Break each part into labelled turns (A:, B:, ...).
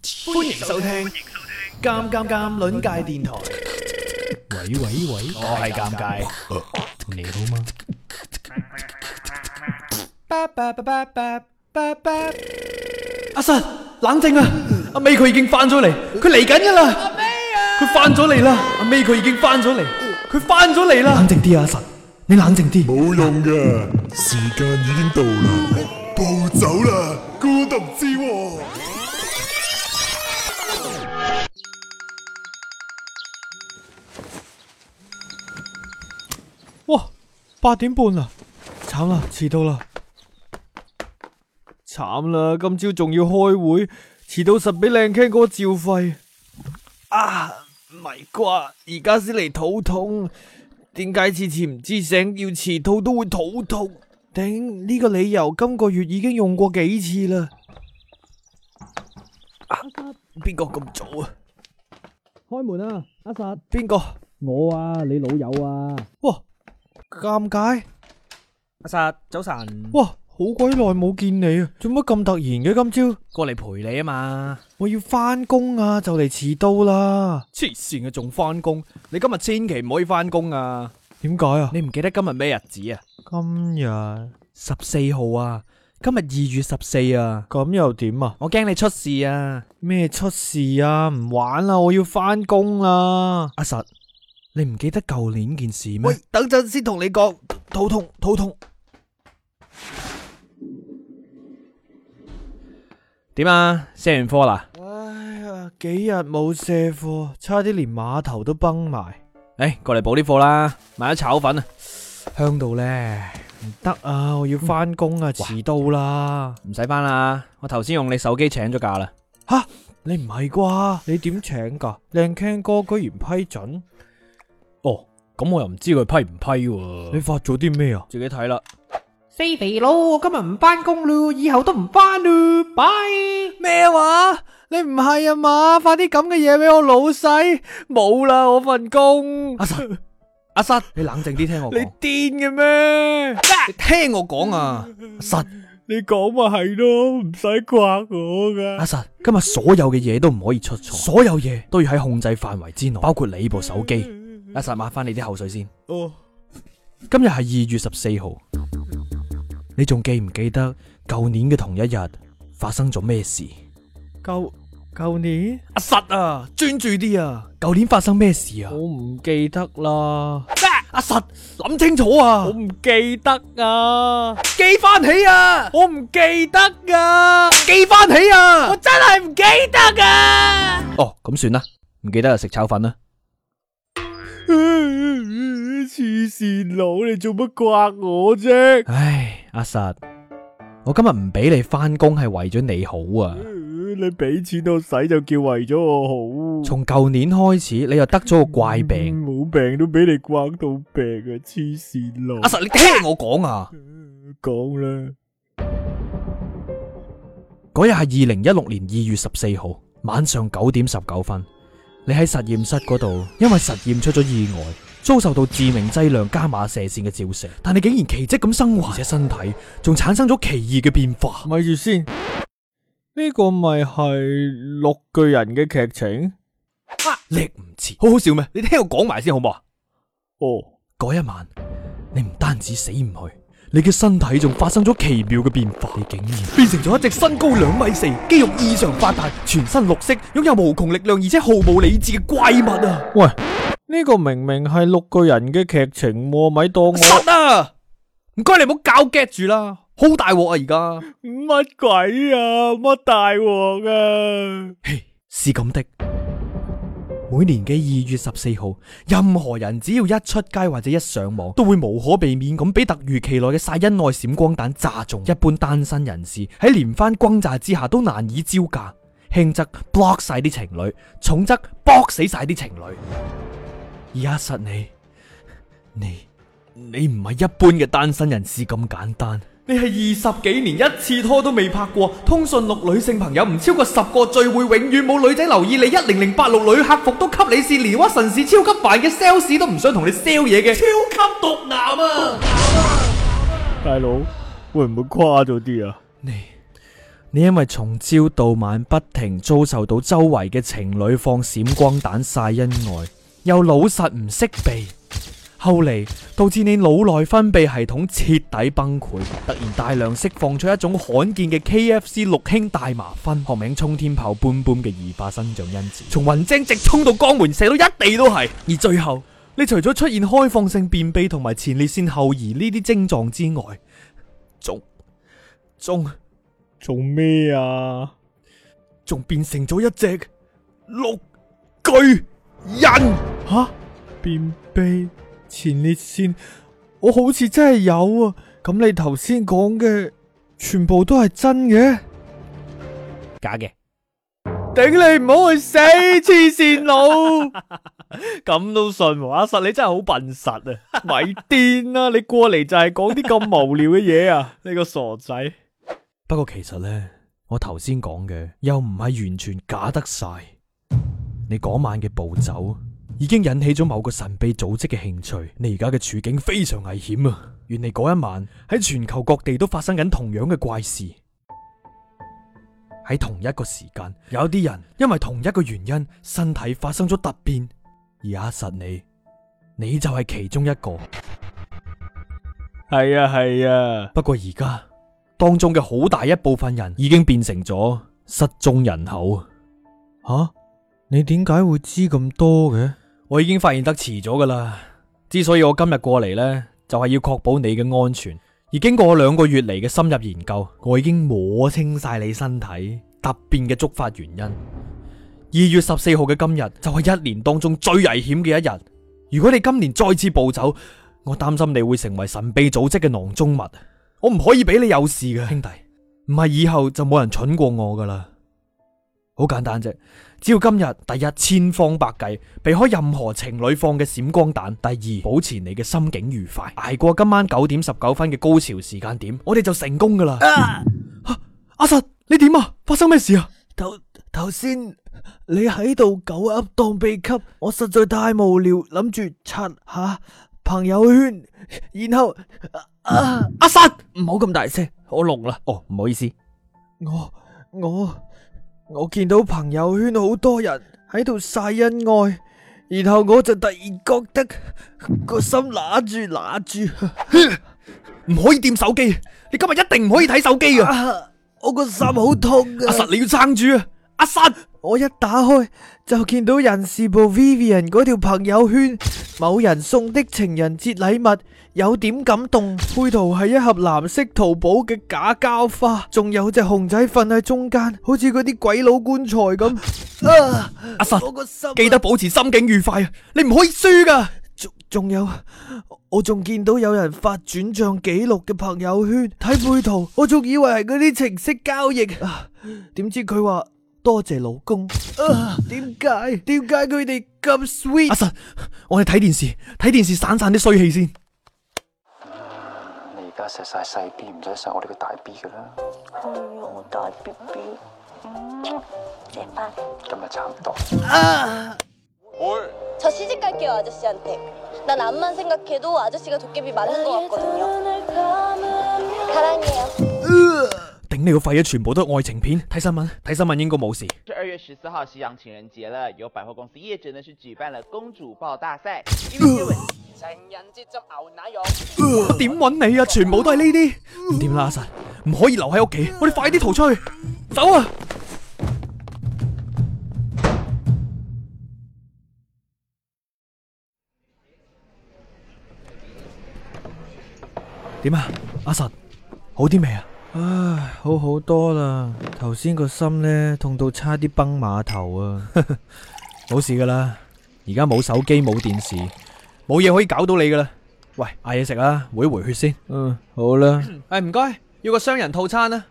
A: 歡迎收聽《尷尷尷》鄰界電台。
B: 喂喂喂，
A: 我係尷尬。
B: 你好嗎？
A: 叭叭叭叭叭叭叭。阿神，冷靜啊！阿 May 佢已經翻咗嚟，佢嚟緊噶啦。阿 May 啊，佢翻咗嚟啦。阿 May 佢已經翻咗嚟，佢翻咗嚟啦。
B: 冷靜啲啊，阿神，你冷靜啲。
C: 冇用嘅，時間已經到啦，步走啦，孤獨之王。
B: 哇，八點半啦，慘啦，遲到啦，慘啦，今朝仲要開會，遲到實俾靚 K 哥照肺。啊，唔係啩？而家先嚟肚痛，點解次次唔知醒要遲到都會肚痛？頂，呢個理由今個月已經用過幾次啦。啊，邊個咁早
D: à.
B: 啊？
D: 开门啊，阿实，
B: 邊個？
D: 我啊，你老友啊，
B: 哇，尷尬。
D: 阿实早晨，
B: 哇，好鬼耐冇見你啊！做乜咁突然嘅今朝？
D: 过嚟陪你啊嘛，
B: 我要翻工啊，就嚟遲到啦！黐線嘅，仲翻工？你今日千祈唔可以翻工啊！點解啊？
D: 你唔记得今日咩日子啊？
B: 今日
D: 十四号啊，今日二月十四啊，
B: 咁又點啊？
D: 我惊你出事啊，
B: 咩出事啊？唔玩啦，我要翻工啦！
D: 阿实，你唔记得旧年件事咩
B: 喂？，等陣先同你講，肚痛，肚痛。
D: 点啊？卸完课啦？
B: 哎呀，幾日冇卸貨，差啲連碼頭都崩埋。
D: 诶，过嚟补啲课啦，买咗炒粉啊，
B: 香到呢，唔得啊！我要翻工啊，遲到啦！
D: 唔使翻啦，我头先用你手机请咗假啦。
B: 你唔係啩？你點請噶？靚 Ken 哥居然批准？
D: 哦，咁我又唔知佢批唔批
B: 你
D: 喎，
B: 發咗啲咩啊？
D: 自己睇啦。
E: 死肥佬，我今日唔翻工咯，以後都唔翻咯，拜。
B: 咩話？你唔係啊嘛？發啲咁嘅嘢俾我老細，冇啦我份工。
D: 阿實，阿实，你冷静啲听我
B: 你
D: 講。
B: 癲嘅咩？
D: 你听我講啊，阿實，
B: 你講咪係咯，唔使刮我
D: 阿
B: 噶。
D: 實，今日所有嘅嘢都唔可以出錯，
B: 所有嘢
D: 都要喺控制範圍之內，包括你部手機。阿實，抹翻你啲口水先。
B: 哦，
D: 今日係二月十四號，你仲記唔記得舊年嘅同一日發生咗咩事？
B: 舊舊年
D: 阿實啊，專注啲啊！舊年發生咩事啊
B: 我？唔記得啦，
D: 阿實，諗清楚啊
B: 我！唔記得啊，
D: 記翻起啊！
B: 我唔記得噶。
D: 记翻起啊！我真系唔记得噶。
B: 啊
D: 哦，咁算啦，唔記得就食炒粉啦。
B: 黐線佬，你做乜刮我啫？
D: 唉，阿實，我今日唔俾你翻工係為咗你好啊。
B: 呃你俾錢我使就叫為咗我好，
D: 從舊年開始，你又得咗個怪病。
B: 冇病都俾你刮到病啊！黐線佬
D: 阿，實，你聽我講啊，
B: 講啦，
D: 嗰日係二零一六年二月十四號晚上九點十九分，你喺實驗室嗰度，因為實驗出咗意外，遭受到致命劑量伽馬射線嘅照射，但你竟然奇蹟咁生還，而且身體仲產生咗奇異嘅變化。
B: 咪住先，呢個咪係綠巨人嘅劇情？
D: 叻唔切，好好笑咩？你聽我講埋先好唔好啊？
B: 哦，
D: 嗰一晚，你唔單止死唔去，你嘅身體仲發生咗奇妙嘅變化，你竟然變成咗一隻身高兩米四、肌肉異常發達、全身綠色、擁有無窮力量而且毫無理智嘅怪物啊！
B: 喂，呢個明明係綠巨人嘅劇情喎，咪當我
D: 實啊！唔該你唔好搞 get 住啦，好大鑊啊！而家
B: 乜鬼啊？乜大鑊啊？
D: 是咁的。每年嘅二月十四號，任何人只要一出街或者一上網，都會無可避免咁俾突如其來嘅晒恩愛閃光彈炸中。一般單身人士喺連番轟炸之下都難以招架，輕則 block 晒啲情侶，重則 block 死晒啲情侶。而家實你，你你唔係一般嘅單身人士咁簡單。你係二十幾年一次拖都未拍過，通訊錄女性朋友唔超過十個，聚會永遠冇女仔留意你，一零零八六女客服都給你是連屈臣氏超級煩嘅 sales 都唔想同你 sell 嘢嘅，超級毒男啊！
B: 大佬會唔會誇咗啲啊？
D: 你
B: 你因為從朝到晚不停遭受到周圍嘅情侶放閃光彈晒恩愛，又老實唔識避，後嚟導致你腦內分泌系統徹底崩潰，突然大量釋放出一種罕見嘅 KFC 六氫大麻酚，學名沖天炮般般嘅二化生長因子，從雲蒸直衝到江門，射到一地都係。而最後，你除咗出現開放性便秘同埋前列腺後移呢啲症狀之外，仲仲
A: 做咩啊？
B: 仲變成咗一隻綠巨人。
A: 吓、便秘、前列腺，我好似真係有啊！咁你頭先講嘅全部都係真嘅？
B: 假嘅，
A: 頂你唔好去死，黐線佬！
B: 咁都信喎？阿實你真係好笨實啊！
A: 咪癲啦！你過嚟就係講啲咁無聊嘅 嘢啊！你個傻仔！
B: 不過其實呢，我頭先講嘅又唔係完全假得晒。你嗰晚嘅步驟已經引起咗某個神秘組織嘅興趣。你而家嘅處境非常危險啊！原嚟嗰一晚喺全球各地都發生緊同樣嘅怪事。喺同一個時間，有啲人因為同一個原因，身體發生咗突變，而阿實你，你就係其中一個。
A: 係啊係啊，
B: 不過而家當中嘅好大一部分人已經變成咗失蹤人口。
A: 吓、你點解會知咁多嘅？
B: 我已經發現得遲咗噶啦。之所以我今日過嚟呢，就係要確保你嘅安全。而經過我兩個月嚟嘅深入研究，我已經摸清晒你身體突變嘅觸發原因。二月十四號嘅今日就係一年當中最危險嘅一日。如果你今年再次暴走，我擔心你會成為神秘組織嘅囊中物。我唔可以俾你有事嘅，兄弟。唔係以後就冇人蠢過我噶啦。好簡單啫，只要今日第一千方百計避開任何情侶放嘅閃光彈，第二保持你嘅心境愉快，捱過今晚九點十九分嘅高潮時間點，我哋就成功噶啦。啊阿實，你點啊？發生咩事啊？
A: 頭頭先你喺度狗噏當秘笈，我實在太無聊，諗住刷下朋友圈，然後啊
B: 阿實，
A: 唔好咁大聲，我聾啦。
B: 哦，唔好意思，
A: 我我我見到朋友圈好多人喺度晒恩愛，然後我就突然覺得個心揦住揦住，
B: 唔可以掂手機，你今日一定唔可以睇手機啊！
A: 啊我個心好痛
B: 阿
A: 啊！
B: 實，你要撐住啊！阿實，
A: 我一打開就見到人事部 Vivian 嗰條朋友圈，某人送的情人節禮物有點感動，配圖係一盒藍色淘寶嘅假膠花，仲有隻熊仔瞓喺中間，好似嗰啲鬼佬棺材咁。啊！
B: 阿實，
A: 我個心啊
B: 記得保持心境愉快啊！你唔可以輸噶。
A: 仲仲有，我仲見到有人發轉賬記錄嘅朋友圈，睇配圖，我仲以為係嗰啲程式交易啊，點知佢話多謝老公啊？點解？點解佢哋咁 sweet？
F: 啊
B: 阿實，我哋睇電視，睇電視散散啲衰氣先。
G: 你而家錫晒細 B，唔使錫我呢個大 B 噶啦，
H: 哎呦，大 B B，제발
G: 今日差唔多。
I: 저 시집 갈게요 아저씨한테 난 암만 생각해도 아저씨가 도깨비 맞는 것 같거든요 사랑해요
B: 頂你個肺啊！全部都係愛情片，睇新聞，睇新聞應該冇事。
J: 是二月十四号，西洋情人节了，有百货公司业者呢是举办了公主抱大赛，因为接吻情人节就牛奶浴。
B: 點揾你啊？全部都係呢啲，唔掂啦，阿實，唔可以留喺屋企，我哋快啲逃出去，走啊！點啊，阿實，好啲 未啊？
A: 唉，好好多啦，頭先個心呢痛到差啲崩碼頭啊！
B: 冇事噶啦，而家冇手機冇電視，冇嘢可以搞到你噶啦。喂，嗌嘢食啊，回一回血先。
A: 嗯，好啦，
B: 诶，唔該，要個雙人套餐啊。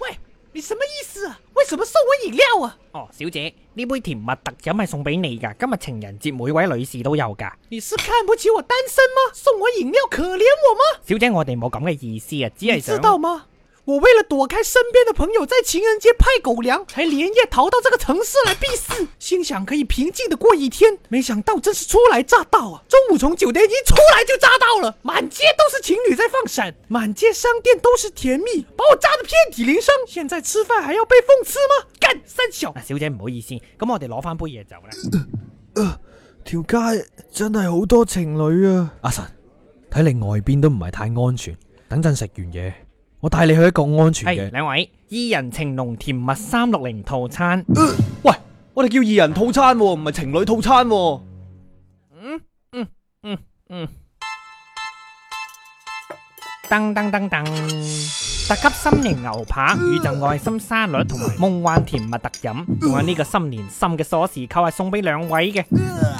F: 喂，你什么意思啊？为什么送我饮料啊？
D: 哦，小姐，呢杯甜蜜特飲係送俾你噶，今日情人節每位女士都有噶。
F: 你是看不起我单身吗？送我饮料可怜我吗？
D: 小姐，我哋冇咁嘅意思啊，只係
F: 你知
D: 想
F: 道嗎？
K: 我为了躲开身边的朋友在情人节派狗粮，才连夜逃到这个城市来避世，心想可以平静的过一天。没想到真是初来乍到啊！中午从酒店一出来就扎到了，满街都是情侣在放闪，满街商店都是甜蜜，把我扎得遍体鳞伤。现在吃饭还要被讽刺吗？干三小
D: 嗱，！小姐唔好意思，咁我哋攞翻杯嘢走啦。
E: 条街真系好多情侣啊！
B: 阿神，睇嚟外边都唔系太安全。等阵食完嘢，我带你去一个安全
D: 係
B: 嘅。
D: 兩位，二人情濃甜蜜三六零套餐，
A: 喂，我哋叫二人套餐喎，唔系情侣套餐喎。
D: 噔噔噔噔，特級心形牛扒、宇宙愛心沙律同埋夢幻甜蜜特飲，仲有呢個心連心嘅鎖匙扣係送俾兩位嘅。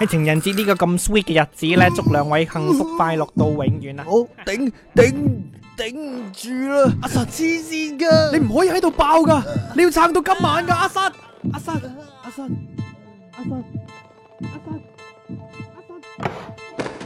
D: 喺情人節呢個咁 sweet 嘅日子呢，祝兩位幸福快樂到永遠啊！
E: 我顶顶顶唔住啦！阿神黐线噶，
A: 你唔可以喺度爆噶，你要撑到今晚噶，阿生，阿生，阿生，阿生，阿生，阿生。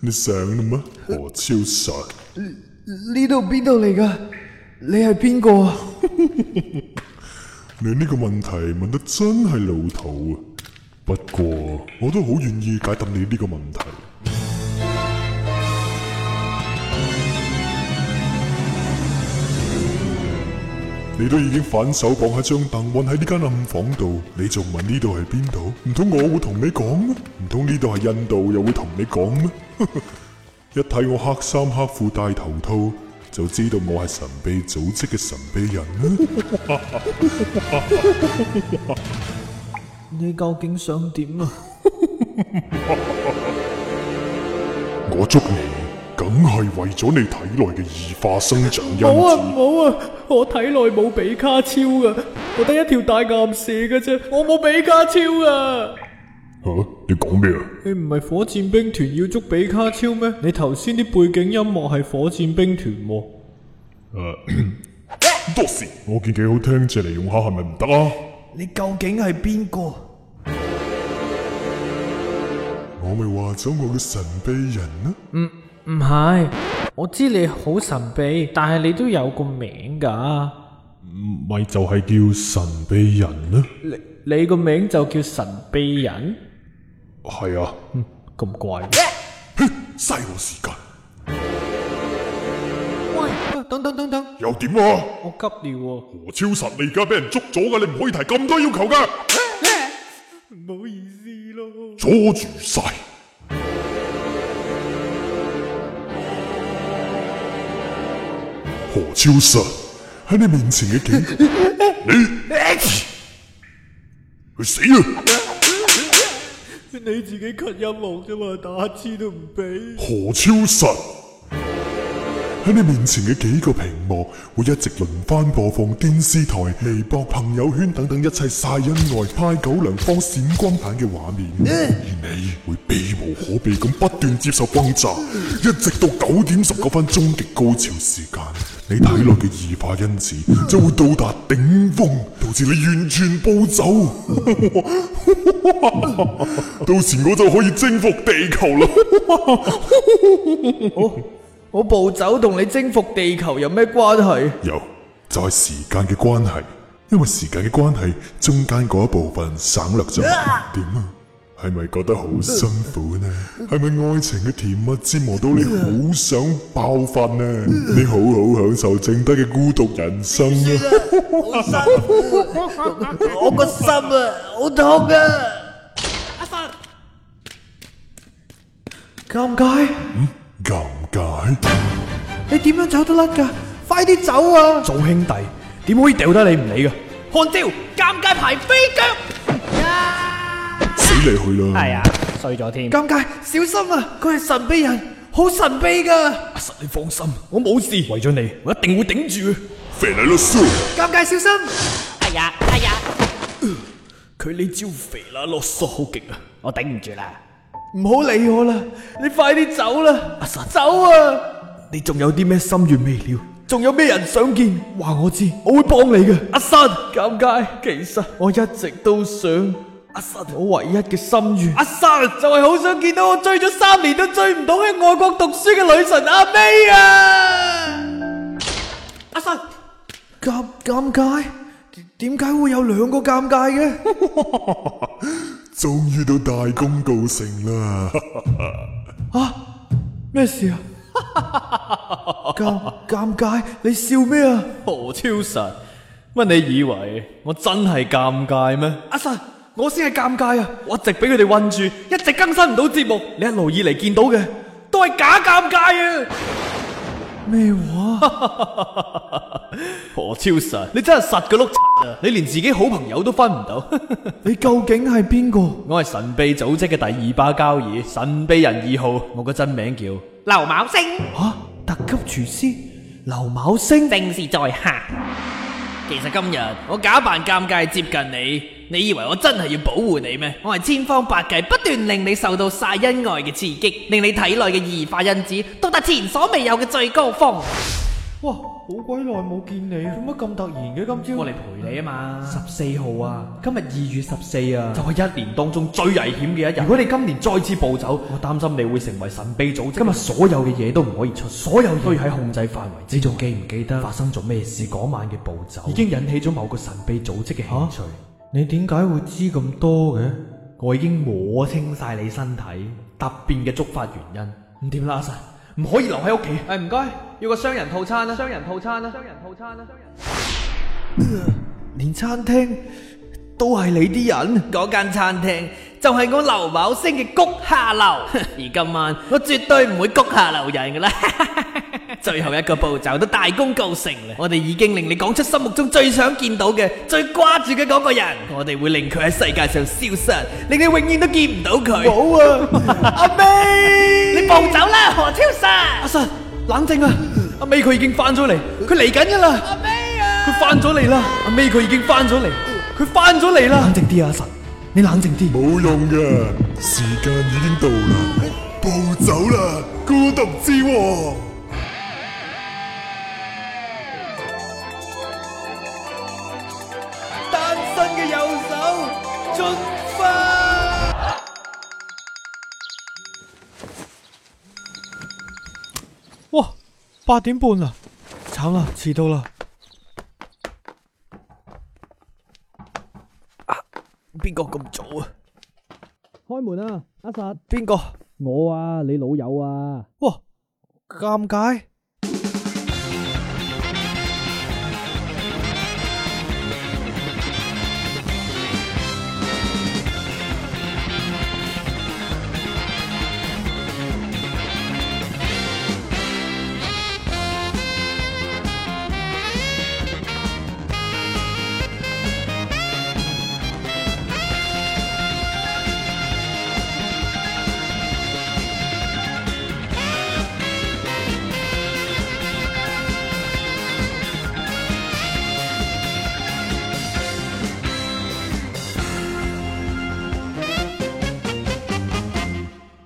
C: 你醒啦咩？何超實，
A: 呢度邊度嚟噶？你係邊個啊？
C: 你呢個問題問得真係老土啊！不過我都好願意解答你呢個問題。你都已經反手綁喺張凳，韞喺呢間暗房度，你仲問呢度係邊度？唔通我會同你講咩？唔通呢度係印度又會同你講咩？ 一睇我黑衫黑褲戴頭套，就知道我係神秘組織嘅神秘人啊啦。
A: 你究竟想點啊？
C: 我捉你，梗係為咗你體內嘅異化生長因
A: 冇啊
C: 子。
A: 冇啊！我體內冇比卡超噶，我得一條大岩蛇嘅啫，我冇比卡超啊！
C: 吓、你講咩啊？
A: 你唔係火箭兵團要捉比卡超咩？你頭先啲背景音樂係火箭兵團喎、
C: 多事，我見幾好聽，借嚟用下係咪唔得啊？
A: 你究竟係邊個？
C: 我咪話咗我嘅神秘人啦。
K: 唔系，我知你好神秘，但系你都有個名噶，
C: 咪就係叫神秘人啦。
K: 你你个名就叫神秘人，
C: 係啊，
K: 咁怪。
A: 哎
C: 嘥我時間
A: 喂，等等等等，
C: 又點啊？
A: 我急尿喎、
C: 何超實，你而家俾人捉咗噶，你唔可以提咁多要求噶。
A: 唔好意思咯。
C: 阻住晒。何超實喺你面前嘅景，你去死啊！
A: 你自己 cut 音樂啫嘛，打乞嗤都唔俾。
C: 何超實喺你面前嘅幾個屏幕會一直輪番播放電視台、微博、朋友圈等等一切晒恩愛、派狗糧、放閃光彈嘅畫面，而你會避無可避咁不斷接受轟炸，一直到九點十九分終極高潮時間，你體內嘅異化因子就會到達頂峰，導致你完全暴走。 到時我就可以征服地球啦！
A: 我暴走同你征服地球有咩關係？
C: 有，就係時間嘅關係，因為時間嘅關係，中間嗰一部分省略咗。點啊？係咪覺得好辛苦呢？係咪愛情嘅甜蜜折磨到你好想爆發呢？你好好享受剩低嘅孤獨人生啊！
E: 我个心啊，好痛啊！
A: 尷尬，
C: 尷尬，
A: 你點樣走得甩㗎？快啲走啊！
B: 做兄弟点可以掉得你唔理噶？
K: 看招，尷尬排飛腳。
C: 死你去啦！
D: 係啊，衰咗添。
A: 尷尬，小心啊！佢係神秘人，好神秘㗎。
B: 阿神，你放心，我冇事，为咗你，我一定会顶住嘅。
C: 肥嚟啦，Sue！
A: 尷尬，小心！
D: 哎呀，哎呀，
B: 佢呢招肥啦落索好劲啊！
D: 我頂唔住啦。
A: 唔好理我啦，你快啲走啦！
B: 阿神，走啊！你仲有啲咩心愿未了？仲有咩人想見？話我知，我會幫你嘅。阿神，尷尬，其實我一直都想。阿神，我唯一嘅心願，阿神就係好想見到我追咗三年都追唔到喺外國讀書嘅女神阿 May 啊！阿神，尷尷尬，點解會有兩個尷尬嘅？
C: 終於都大功告成啦！
B: 咩事啊？尷尷尬，你笑咩啊？何超神，乜你以為我真係尷尬咩？阿神，我先係尷尬啊！我一直俾佢哋困住，一直更新唔到節目。你一路以嚟見到嘅都係假尷尬啊！咩話？何超神，你真係實個碌柒啊！你連自己好朋友都分唔到， 你究竟係邊個？我係神秘組織嘅第二把交椅，神秘人二號，我個真名叫。
D: 劉昴星
B: 吓，特級廚師劉昴星，
D: 正是在下。
L: 其實今日我假扮尷尬接近你，你以為我真係要保護你咩？
D: 我係千方百計不斷令你受到晒恩愛嘅刺激，令你體內嘅二化因子到達前所未有嘅最高峰。
B: 哇，好鬼耐冇見你啊，做乜咁突然嘅今朝？
D: 我嚟陪你啊嘛！
B: 十四號啊，今日二月十四啊，就係一年當中最危險嘅一日。如果你今年再次暴走，我擔心你會成為神秘組織。今日所有嘅嘢都唔可以出，所有嘢都要喺控制範圍之中。仲記唔記得發生咗咩事？嗰晚嘅暴走已經引起咗某個神秘組織嘅興趣。你點解會知咁多嘅？我已經摸清晒你身體突變嘅觸發原因。唔掂啦，阿神，唔可以留喺屋企。誒唔該，要個雙人套餐啊啦，雙人套餐啦，雙人套餐啊啦，雙人。連餐廳都係你啲人，
L: 嗰間餐廳就係我劉昴星嘅谷下 流，而今 晚我絕對唔會谷下留人 噶啦。最後一個步驟都大功告成啦，我哋已經令你講出心目中最想見到嘅、最掛住嘅嗰個人，我哋會令佢喺世界上消失，令你永遠都見唔到佢。
B: 好 啊，阿 May，
L: 你暴走啦，何超神！
B: 阿神冷靜啊！阿 May 佢已經翻咗嚟，佢嚟緊噶啦！阿 May 啊，佢翻咗嚟啦！阿 May 佢已經翻咗嚟，佢翻咗嚟啦！
M: 冷靜啲啊，阿神，你冷靜啲。
C: 冇用噶，時間已經到啦，暴走啦，孤獨之王！
B: 單身嘅右手，進化！
M: 哇，八點半
B: 啊
M: 啦，慘啦，遲到啦。
L: 啊邊個咁早啊？
N: 開門啊，阿實，
L: 邊個？
N: 我啊，你老友啊，
M: 哇，尷尬。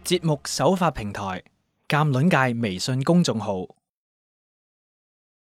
N: 節目首發平台：鑑論界微信公眾號。